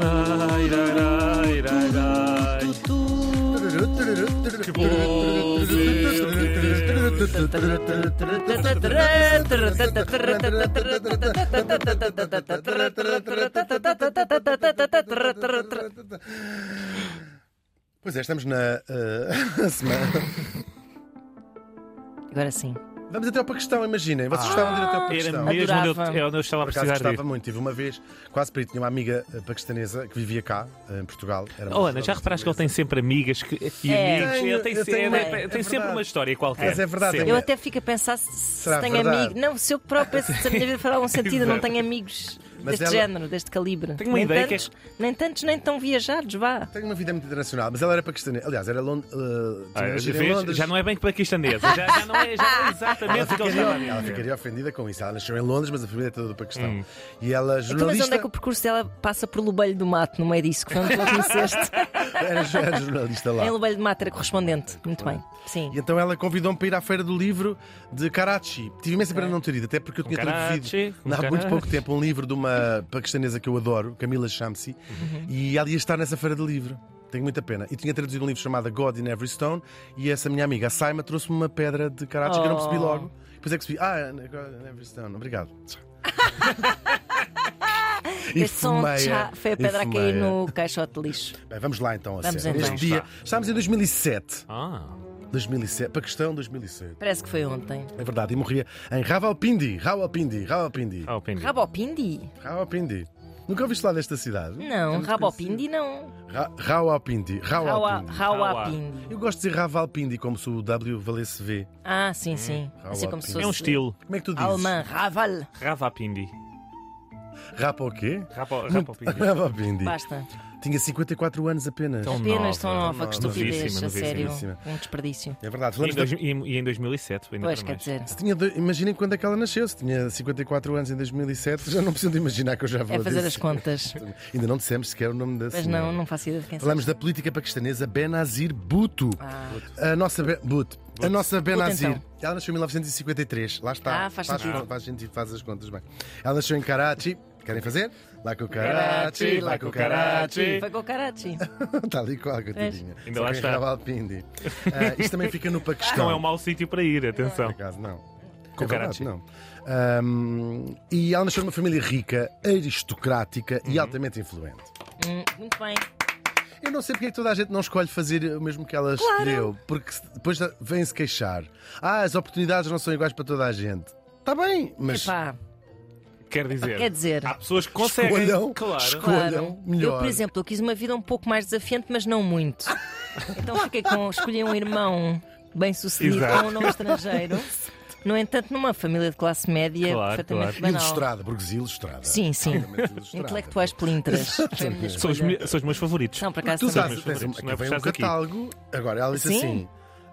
Ai, ai, ai, ai, ai. Pois é, estamos na eh, semana. Agora sim. Vamos até ao Paquistão, imaginem. Vocês gostavam de ir até ao Ah, Era Paquistão? mesmo onde eu, Adorava. é onde eu estava a Por acaso precisar de gostava ir. muito. Tive uma vez, quase para ir, tinha uma amiga eh, paquistanesa que vivia cá, eh, em Portugal. Era uma Oh, Ana, já senhora reparaste que ele tem sempre amigas que- e É. amigos? Tenho, ele tem, eu se- tenho, ele é, é tem sempre verdade. uma história qualquer. Mas é verdade, Sempre. Eu até fico a pensar se, se Será tenho verdade? amigos. Não, se eu própria, se a minha vida fará algum sentido, não Exato. tenho amigos Mas deste ela- género, deste calibre. Tenho uma nem, ideia que é- tantos, nem tantos, nem tão viajados, vá. Tenho uma vida muito internacional, mas ela era paquistanesa. Aliás, era Lond eh, Ah, tinha nascido em vês? Londres. já não é bem que paquistanesa. Já, já não é, já não é Ela exatamente o que ele ficaria, estava a ela dizer. ficaria ofendida com isso. Ela nasceu em Londres, mas a família é toda do Paquistão. Hum. E ela, Então, mas jornalista, onde é que o percurso dela passa por Lubelho do Mato, no meio disso que foi onde tu a conheceste? era, era jornalista lá. em Lubelho do Mato era correspondente. Muito bem. Sim. E então ela convidou-me para ir à Feira do Livro de Karachi. Tive imensa pena não ter ido, até porque eu tinha Karachi, traduzido um há muito Karachi. pouco tempo um livro de uma paquistanesa que eu adoro, Camila Shamsi, Uhum. e ela ia estar nessa Feira do Livro. Tenho muita pena. E tinha traduzido um livro chamado God in Every Stone, e essa minha amiga, a Saima, trouxe-me uma pedra de Karachi que eu não percebi Oh. logo. Depois é que percebi, ah, God in Every Stone, obrigado. e Este som fumei-a, já foi a e pedra a cair fumei-a. no caixote de lixo. Bem, vamos lá então, a Vamos sério. então. Neste dia, estávamos em 2007. Ah, 2007, Paquistão 2007. Parece que foi ontem. É verdade, e morria em Rawalpindi, Rawalpindi, Rawalpindi, ao pendinho. Rabopindi? Rawalpindi. Nunca ouviste lá desta cidade? Não, muito Rabopindi não. conhecido. Ra Rawalpindi, Rawa- Rawalpindi. Rawapindi. Eu gosto de dizer Rawalpindi como se o W valesse V. Ah, sim, sim. Assim Rawapindi. como se fosse É um estilo. Como é que tu dizes? Alemã, Raval. Ravapindi. Rapa o quê? Rapa- Rapopindi. Rawalpindi. Basta. Tinha 54 anos apenas. Então, Apenas Nova, tão nova, nova, que estupidez, novíssima, a sério. novíssima. Um desperdício. É verdade, E em, falamos dois, da... e em- e em 2007, ainda Pois, para quer mais. dizer, é Se tinha do- Imaginem quando é que ela nasceu. Se tinha 54 anos em 2007, já não precisam de imaginar que eu já vou é fazer dizer. as contas. Ainda não dissemos sequer o nome da Mas senhora. não, não faço ideia de quem Falamos da política paquistanesa Benazir Bhutto. Ah. A nossa Be- Bhutto. A nossa Benazir. então. Ela nasceu em 1953. Lá está. Ah, faz faz, sentido. faz sentido, faz as contas bem. Ela nasceu em Karachi. Querem fazer? Lá com o Karachi, lá com o Karachi. Foi com o Karachi. Está ali qual a coitadinha. Ainda lá está. Rawalpindi. Ah, isto também fica no Paquistão. Não é um mau sítio para ir, atenção. Por acaso, não. Com É Karachi. verdade, não. Ahm, e ela nasceu numa família rica, aristocrática Uhum. e altamente influente. Hum, Muito bem. Eu não sei porque é que toda a gente não escolhe fazer o mesmo que ela escolheu, porque se- depois vem-se queixar. Ah, as oportunidades não são iguais para toda a gente. Está bem, mas Epá, Quer dizer, quer dizer. há pessoas que conseguem. Escolham. Claro. escolham melhor. Eu, por exemplo, eu quis uma vida um pouco mais desafiante, mas não muito. Então fiquei com. Escolhi um irmão bem sucedido Exato. com um nome estrangeiro. No entanto, numa família de classe média Claro, perfeitamente banal. ilustrada, burguesia ilustrada. Sim, sim. Altamente ilustrada. Intelectuais plintras. Foi a minha São os, escolha. me- são os meus favoritos. Não, por acaso Tu são- sabes, tens um, Não é aqui vem por um estar aqui. catálogo. Agora, ela disse Sim. assim.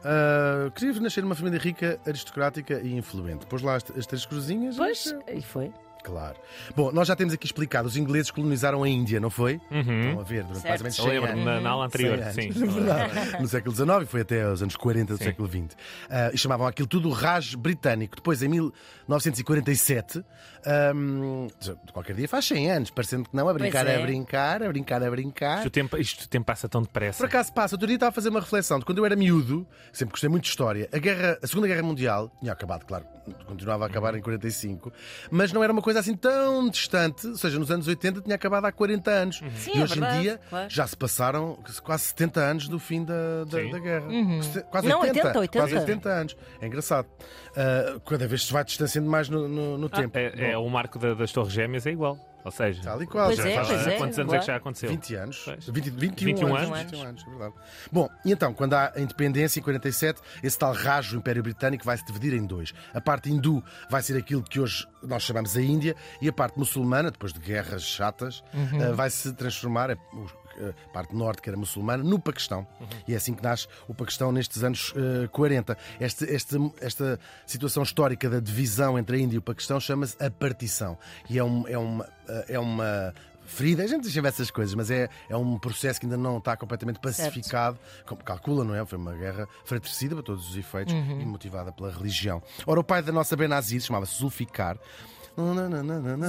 ah, queria nascer numa família rica, aristocrática e influente. Pôs lá as, as três cruzinhas. Pois, nasceu. e foi. Claro. Bom, nós já temos aqui explicado. Os ingleses colonizaram a Índia, não foi? Estão a ver, durante Certo. mais ou Eu Uhum. menos 100 lembro-me anos. na, na aula anterior. 100 anos. Sim. É verdade. no século XIX, foi até aos anos 40 do século XX. Ah, e chamavam aquilo tudo o Raj Britânico. Depois, em 1947, ahm, ah, qualquer dia faz 100 anos, parecendo que não, a brincar, Pois a é. brincar, a brincar, a brincar. Isto, o tempo, isto o tempo passa tão Por depressa. acaso passa, outro dia estava a fazer uma reflexão de quando eu era miúdo, sempre gostei muito de história, a, guerra, a Segunda Guerra Mundial tinha acabado, claro, continuava a acabar em 45, mas não era uma coisa assim tão distante, ou seja, nos anos 80 tinha acabado há 40 anos. Uhum. Sim, e é hoje verdade, em dia claro. já se passaram quase 70 anos do fim da, da, Sim. da guerra. Se- Quase Uhum. Não, 80, 80, 80. Quase 80 anos. É engraçado. Ah, cada vez se vai distanciando mais no, no- no tempo. É, é, Bom, o marco da- das Torres Gêmeas é igual. Ou seja, Tal e qual. Pois já é, faz- pois é. quantos anos é que já aconteceu? 20 anos. Pois. 20, 21, 21 anos. anos. 21 anos, é verdade. Bom, e então, quando há a independência, em 47, esse tal rajo do Império Britânico vai se dividir em dois. A parte hindu vai ser aquilo que hoje nós chamamos a Índia, e a parte muçulmana, depois de guerras chatas, Uhum. eh, vai se transformar. eh, os- eh, A parte norte, que era muçulmana, no Paquistão. Uhum. E é assim que nasce o Paquistão nestes anos eh, 40. Este, este- esta situação histórica da divisão entre a Índia e o Paquistão chama-se a partição. E é, um- é uma, eh, é uma ferida, a gente chama essas coisas, mas é, é um processo que ainda não está completamente pacificado, como calcula, não é? Foi uma guerra fratricida Uhum. para todos os efeitos e motivada pela religião. Ora, o pai da nossa Benazir, chamava-se Zulficar,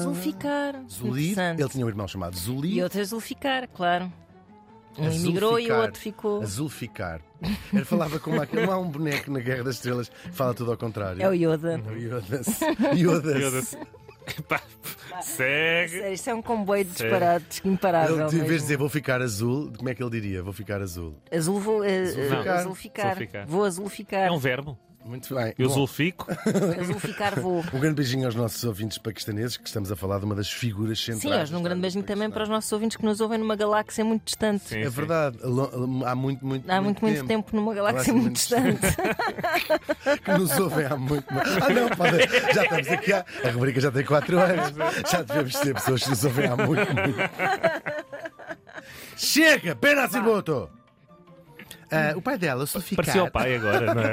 Zulficar. Zulir. Interessante. Ele tinha um irmão chamado Zulir. E outro é Zulficar, claro. Um Azul emigrou e ficar. o outro ficou. Azul ficar. Ele falava como aquele. Não há um boneco na Guerra das Estrelas que fala tudo ao contrário. É o Yoda. o Yoda-se. Yoda-se. Yoda-se. Pá, Segue. Sério, isto é um comboio de Sério. disparados que imparável. Uhum. Ele, em mesmo. vez de dizer vou ficar azul, como é que ele diria? Vou ficar azul. Azul vou eh, Zulficar. eh, azul ficar. Zulficar. Vou azul ficar. É um verbo. Muito bem. Eu Bom, é zulfico. Azul ficar vou. Um grande beijinho aos nossos ouvintes paquistaneses, que estamos a falar de uma das figuras centrais. Sim, hoje um grande beijinho também para os nossos ouvintes que nos ouvem numa galáxia muito distante. Sim, É sim. verdade, lo- há muito, muito, Há muito, muito tempo é? numa galáxia muito distante. que nos ouvem há muito. Ah, não, pode... já estamos aqui. Há... A rubrica já tem 4 anos. Já devemos ter pessoas que nos ouvem há muito, muito. Chega, Benazir Bhutto! Ah, o pai dela, o Soficar. Parecia o pai agora, não é?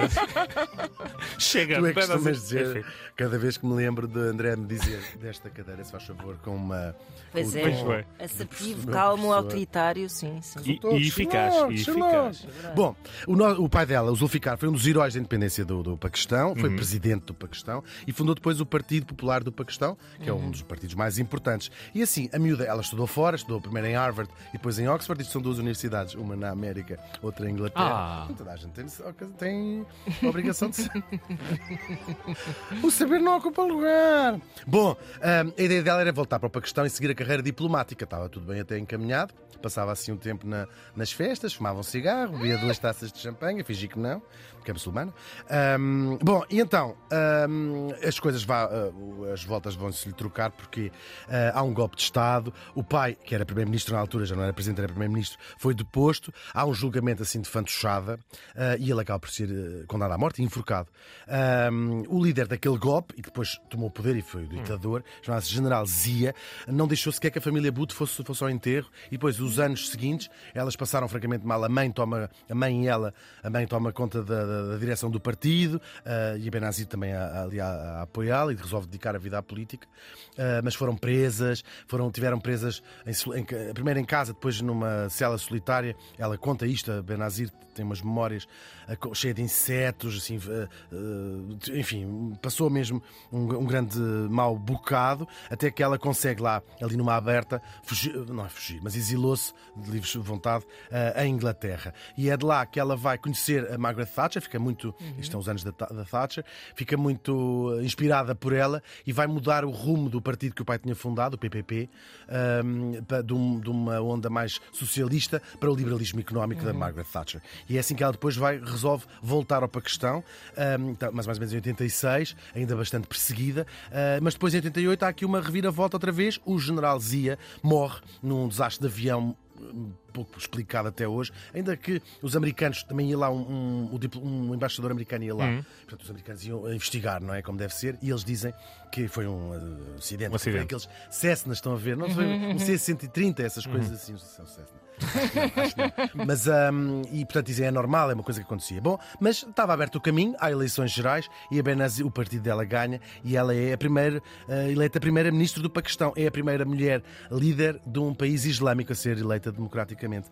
Chega, Tu é que pera, costumas assim. dizer, Enfim, cada vez que me lembro de André me dizer desta cadeira, se faz favor, com uma. Pois com é. um Pois tom. bem. Assertivo, professor. calmo, autoritário, sim, sim. E, Todos. e eficaz, e Senhor, eficaz. senhor. Bom, o, no- o pai dela, o Zulficar, foi um dos heróis da independência do, do Paquistão, Uhum. foi presidente do Paquistão e fundou depois o Partido Popular do Paquistão, que é um dos partidos mais importantes. E assim, a miúda, ela estudou fora, estudou primeiro em Harvard e depois em Oxford, isto são duas universidades, uma na América, outra em Inglaterra. Ah. Então, Toda a gente tem, tem obrigação de saber. o saber não ocupa lugar. Bom, hum, a ideia dela era voltar para o Paquistão e seguir a carreira diplomática. Estava tudo bem até encaminhado. Passava assim um tempo na- nas festas, fumava um cigarro, bebia duas taças de champanhe, fingi que não, porque é muçulmana. Hum, bom, e então hum, as coisas vá, ah, as voltas vão-se lhe trocar porque ah, há um golpe de Estado. O pai, que era primeiro-ministro na altura, já não era presidente, era primeiro-ministro, foi deposto. Há um julgamento assim de fantochada ah, e ele acaba por ser eh, condenado à morte e enforcado. Ahm, o líder daquele golpe, e que depois tomou o poder e foi o ditador, chamava-se General Zia, não deixou sequer que a família Buto fosse, fosse ao enterro. E depois, os anos seguintes, elas passaram francamente mal. A mãe, toma, a mãe e ela, a mãe toma conta da, da- da direção do partido ah, e a Benazir também a- a- ali a, a apoiá-la e resolve dedicar a vida à política. Ah, mas foram presas, foram, tiveram presas em sol- em ca- primeiro em casa, depois numa cela solitária. Ela conta isto, a Benazir tem umas memórias ah, co- cheias de insetos, assim, eh, eh, de- enfim, passou mesmo um, um grande mau bocado, até que ela consegue lá, ali numa aberta, fugir, não é fugir, mas exilou-se de livre vontade eh, em Inglaterra. E é de lá que ela vai conhecer a Margaret Thatcher, fica muito, isto estão os anos da, Ta- da Thatcher, fica muito eh, inspirada por ela e vai mudar o rumo do partido que o pai tinha fundado, o PPP, ehm, pa- de, um- de uma onda mais socialista para o liberalismo económico Uhum. da Margaret Thatcher. E é assim que ela depois vai, resolve voltar ao Paquistão, ehm, tá- mas mais ou menos em 86, ainda bastante perseguida. eh, mas depois em 88 há aqui uma reviravolta outra vez. O general Zia morre num desastre de avião hum, pouco explicado até hoje, ainda que os americanos também ia lá, um, um- o diplo- um embaixador americano ia lá, Uhum. portanto os americanos iam a investigar, não é? Como deve ser, e eles dizem que foi um uh, acidente, Um acidente. Foi aqueles Cessnas, estão a ver, não foi um C-130, essas coisas assim, não sei se é um Cessna. Acho que não, acho que não. Mas, hum, e portanto dizem é normal, é uma coisa que acontecia. Bom, mas estava aberto o caminho, há eleições gerais e a Benazir, o partido dela ganha e ela é a primeira, eh, eleita primeira-ministra do Paquistão, é a primeira mulher líder de um país islâmico a ser eleita democraticamente.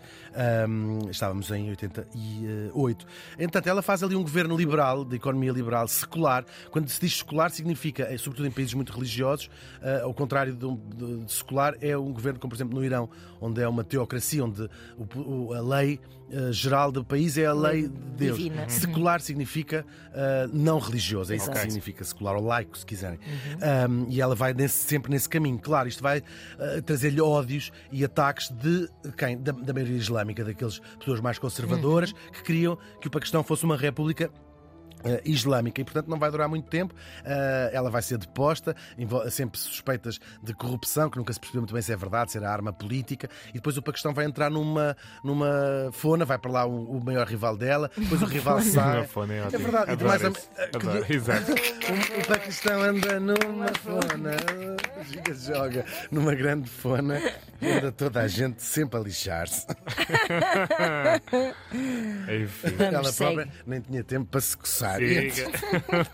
Hum, estávamos em 88. Entretanto, ela faz ali um governo liberal, de economia liberal, secular. Quando se diz secular, significa, eh, sobretudo em países muito religiosos, eh, ao contrário de, um- de- de secular, é um governo como, por exemplo, no Irão, onde é uma teocracia, onde o po- o- a lei eh, geral do país é a lei de Deus. Divina. Uhum. Secular significa eh, não religioso, é isso que Exato. significa secular ou laico, se quiserem. Um, e ela vai nesse- sempre nesse caminho. Claro, isto vai eh, trazer-lhe ódios e ataques de quem? Da, da maioria islâmica, daqueles pessoas mais conservadoras que queriam que o Paquistão fosse uma república eh, islâmica e, portanto, não vai durar muito tempo. Eh, ela vai ser deposta, envol- sempre suspeitas de corrupção, que nunca se percebeu muito bem se é verdade, se era arma política. E depois o Paquistão vai entrar numa, numa fona, vai para lá o, o maior rival dela, depois o rival sai. Uma fone é É ótimo. verdade, e Adoro demais a- isso. Adoro, Exato. eh, O, o Paquistão anda numa fona, joga, joga numa grande fona e anda toda a gente sempre a lixar-se. Enfim. Vamos, Ela segue. própria nem tinha tempo para se coçar. Siga.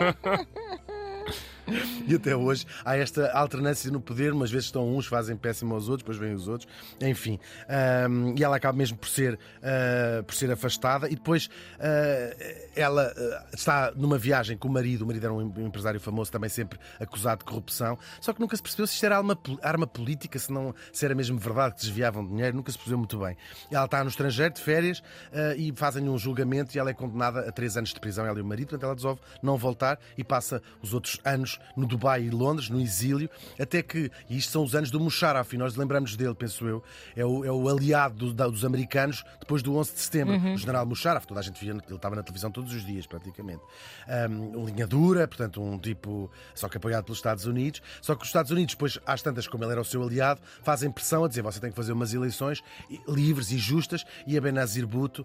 E até hoje há esta alternância no poder, umas vezes estão uns, fazem péssimo aos outros, depois vêm os outros, enfim. Ahm, e ela acaba mesmo por ser, ah, por ser afastada e depois ah, ela ah, está numa viagem com o marido, o marido era um em- um empresário famoso, também sempre acusado de corrupção, só que nunca se percebeu se isto era arma, pol- arma política, se, não, se era mesmo verdade que desviavam dinheiro, nunca se percebeu muito bem. Ela está no estrangeiro de férias ah, e fazem-lhe um julgamento e ela é condenada a três anos de prisão, ela e o marido, portanto ela resolve não voltar e passa os outros anos no Dubai e Londres, no exílio, até que, e isto são os anos do Musharraf, e nós lembramos dele, penso eu, é o, é o aliado do- da- dos americanos depois do 11 de setembro, o general Musharraf, toda a gente via, ele estava na televisão todos os dias, praticamente. Um, linha dura, portanto, um tipo, só que apoiado pelos Estados Unidos, só que os Estados Unidos, depois, às tantas, como ele era o seu aliado, fazem pressão a dizer, você tem que fazer umas eleições e- livres e justas, e a Benazir Bhutto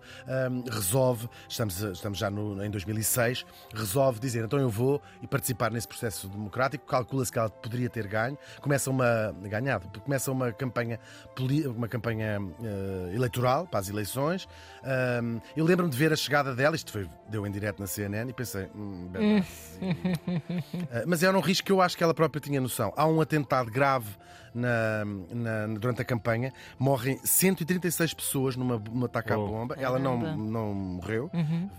um, resolve, estamos, a- estamos já no- em 2006, resolve dizer, então eu vou e participar nesse processo democrático, calcula-se que ela poderia ter ganho, começa uma ganhado, começa uma campanha poli- uma campanha eh, eleitoral para as eleições. Ahm, eu lembro-me de ver a chegada dela, isto foi, deu em direto na CNN e pensei, hum, Bernardo, ah, Mas era um risco que eu acho que ela própria tinha noção. Há um atentado grave na- na- durante a campanha. Morrem 136 pessoas numa, num ataque à Oh. bomba. Ela não, Caramba. não morreu,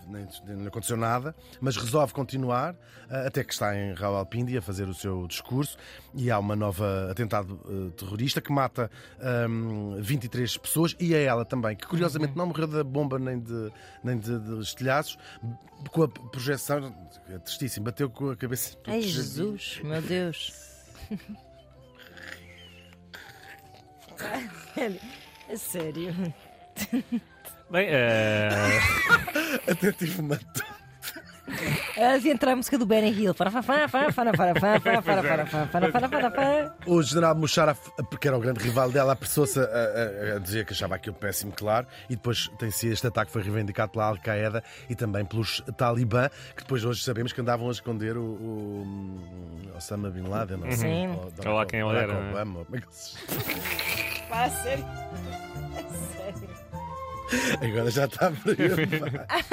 nem, nem aconteceu nada, mas resolve continuar, ah, até que está em Rawalpindi a fazer o seu discurso. E há uma nova atentado ah, terrorista que mata ahm, 23 pessoas e a ela também, que curiosamente não morreu da bomba nem de, nem de, de estilhaços, com a projeção, é tristíssimo, bateu com a cabeça. Ai, Jesus, meu Deus. A sério. Bem, eh, Até tive uma to- Há de entrar a música do Benny Hill. Fara, fara, fara, fara, fara, fara, fara, fara, fara, fara, fara, fara, fara, fara. O general Musharraf, porque era o grande rival dela, apressou-se a, a- a dizer que achava aquilo péssimo, claro, e depois tem sido este ataque foi reivindicado pela Al-Qaeda e também pelos Talibã, que depois hoje sabemos que andavam a esconder o, o hum, Osama Bin Laden, não é? Sim. Ou- ou- Sei lá quem ele Barack era, não é? Obama, ou como é que se- Pá, a sério. A sério. Agora já está a preocupar.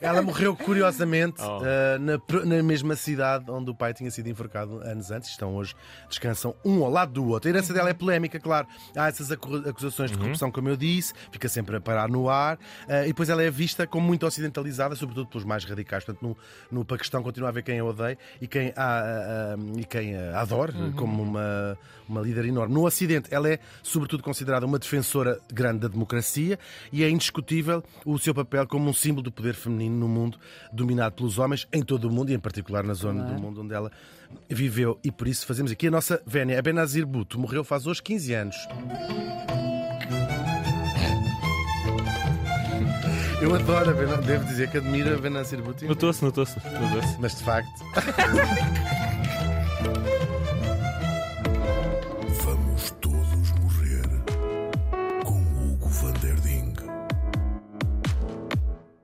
Ela morreu curiosamente Oh. eh, na, pr- na mesma cidade onde o pai tinha sido enforcado anos antes. Estão hoje, descansam um ao lado do outro. A herança dela é polémica, claro. Há essas acu- acusações de corrupção, como eu disse, fica sempre a parar no ar. eh, e depois ela é vista como muito ocidentalizada, sobretudo pelos mais radicais. Portanto, no, no Paquistão continua a haver quem a odeia e quem a, a- a- e quem a adora como uma, uma líder enorme. No Ocidente, ela é sobretudo considerada uma defensora grande da democracia e é indiscutível o seu papel como um símbolo do poder feminino no mundo, dominado pelos homens em todo o mundo e em particular na zona do mundo onde ela viveu. E por isso fazemos aqui a nossa vénia. A Benazir Bhutto morreu faz hoje 15 anos. Eu adoro, a Bena- devo dizer que admiro a Benazir Bhutto. imenso. notou-se, notou-se, notou-se. Mas de facto.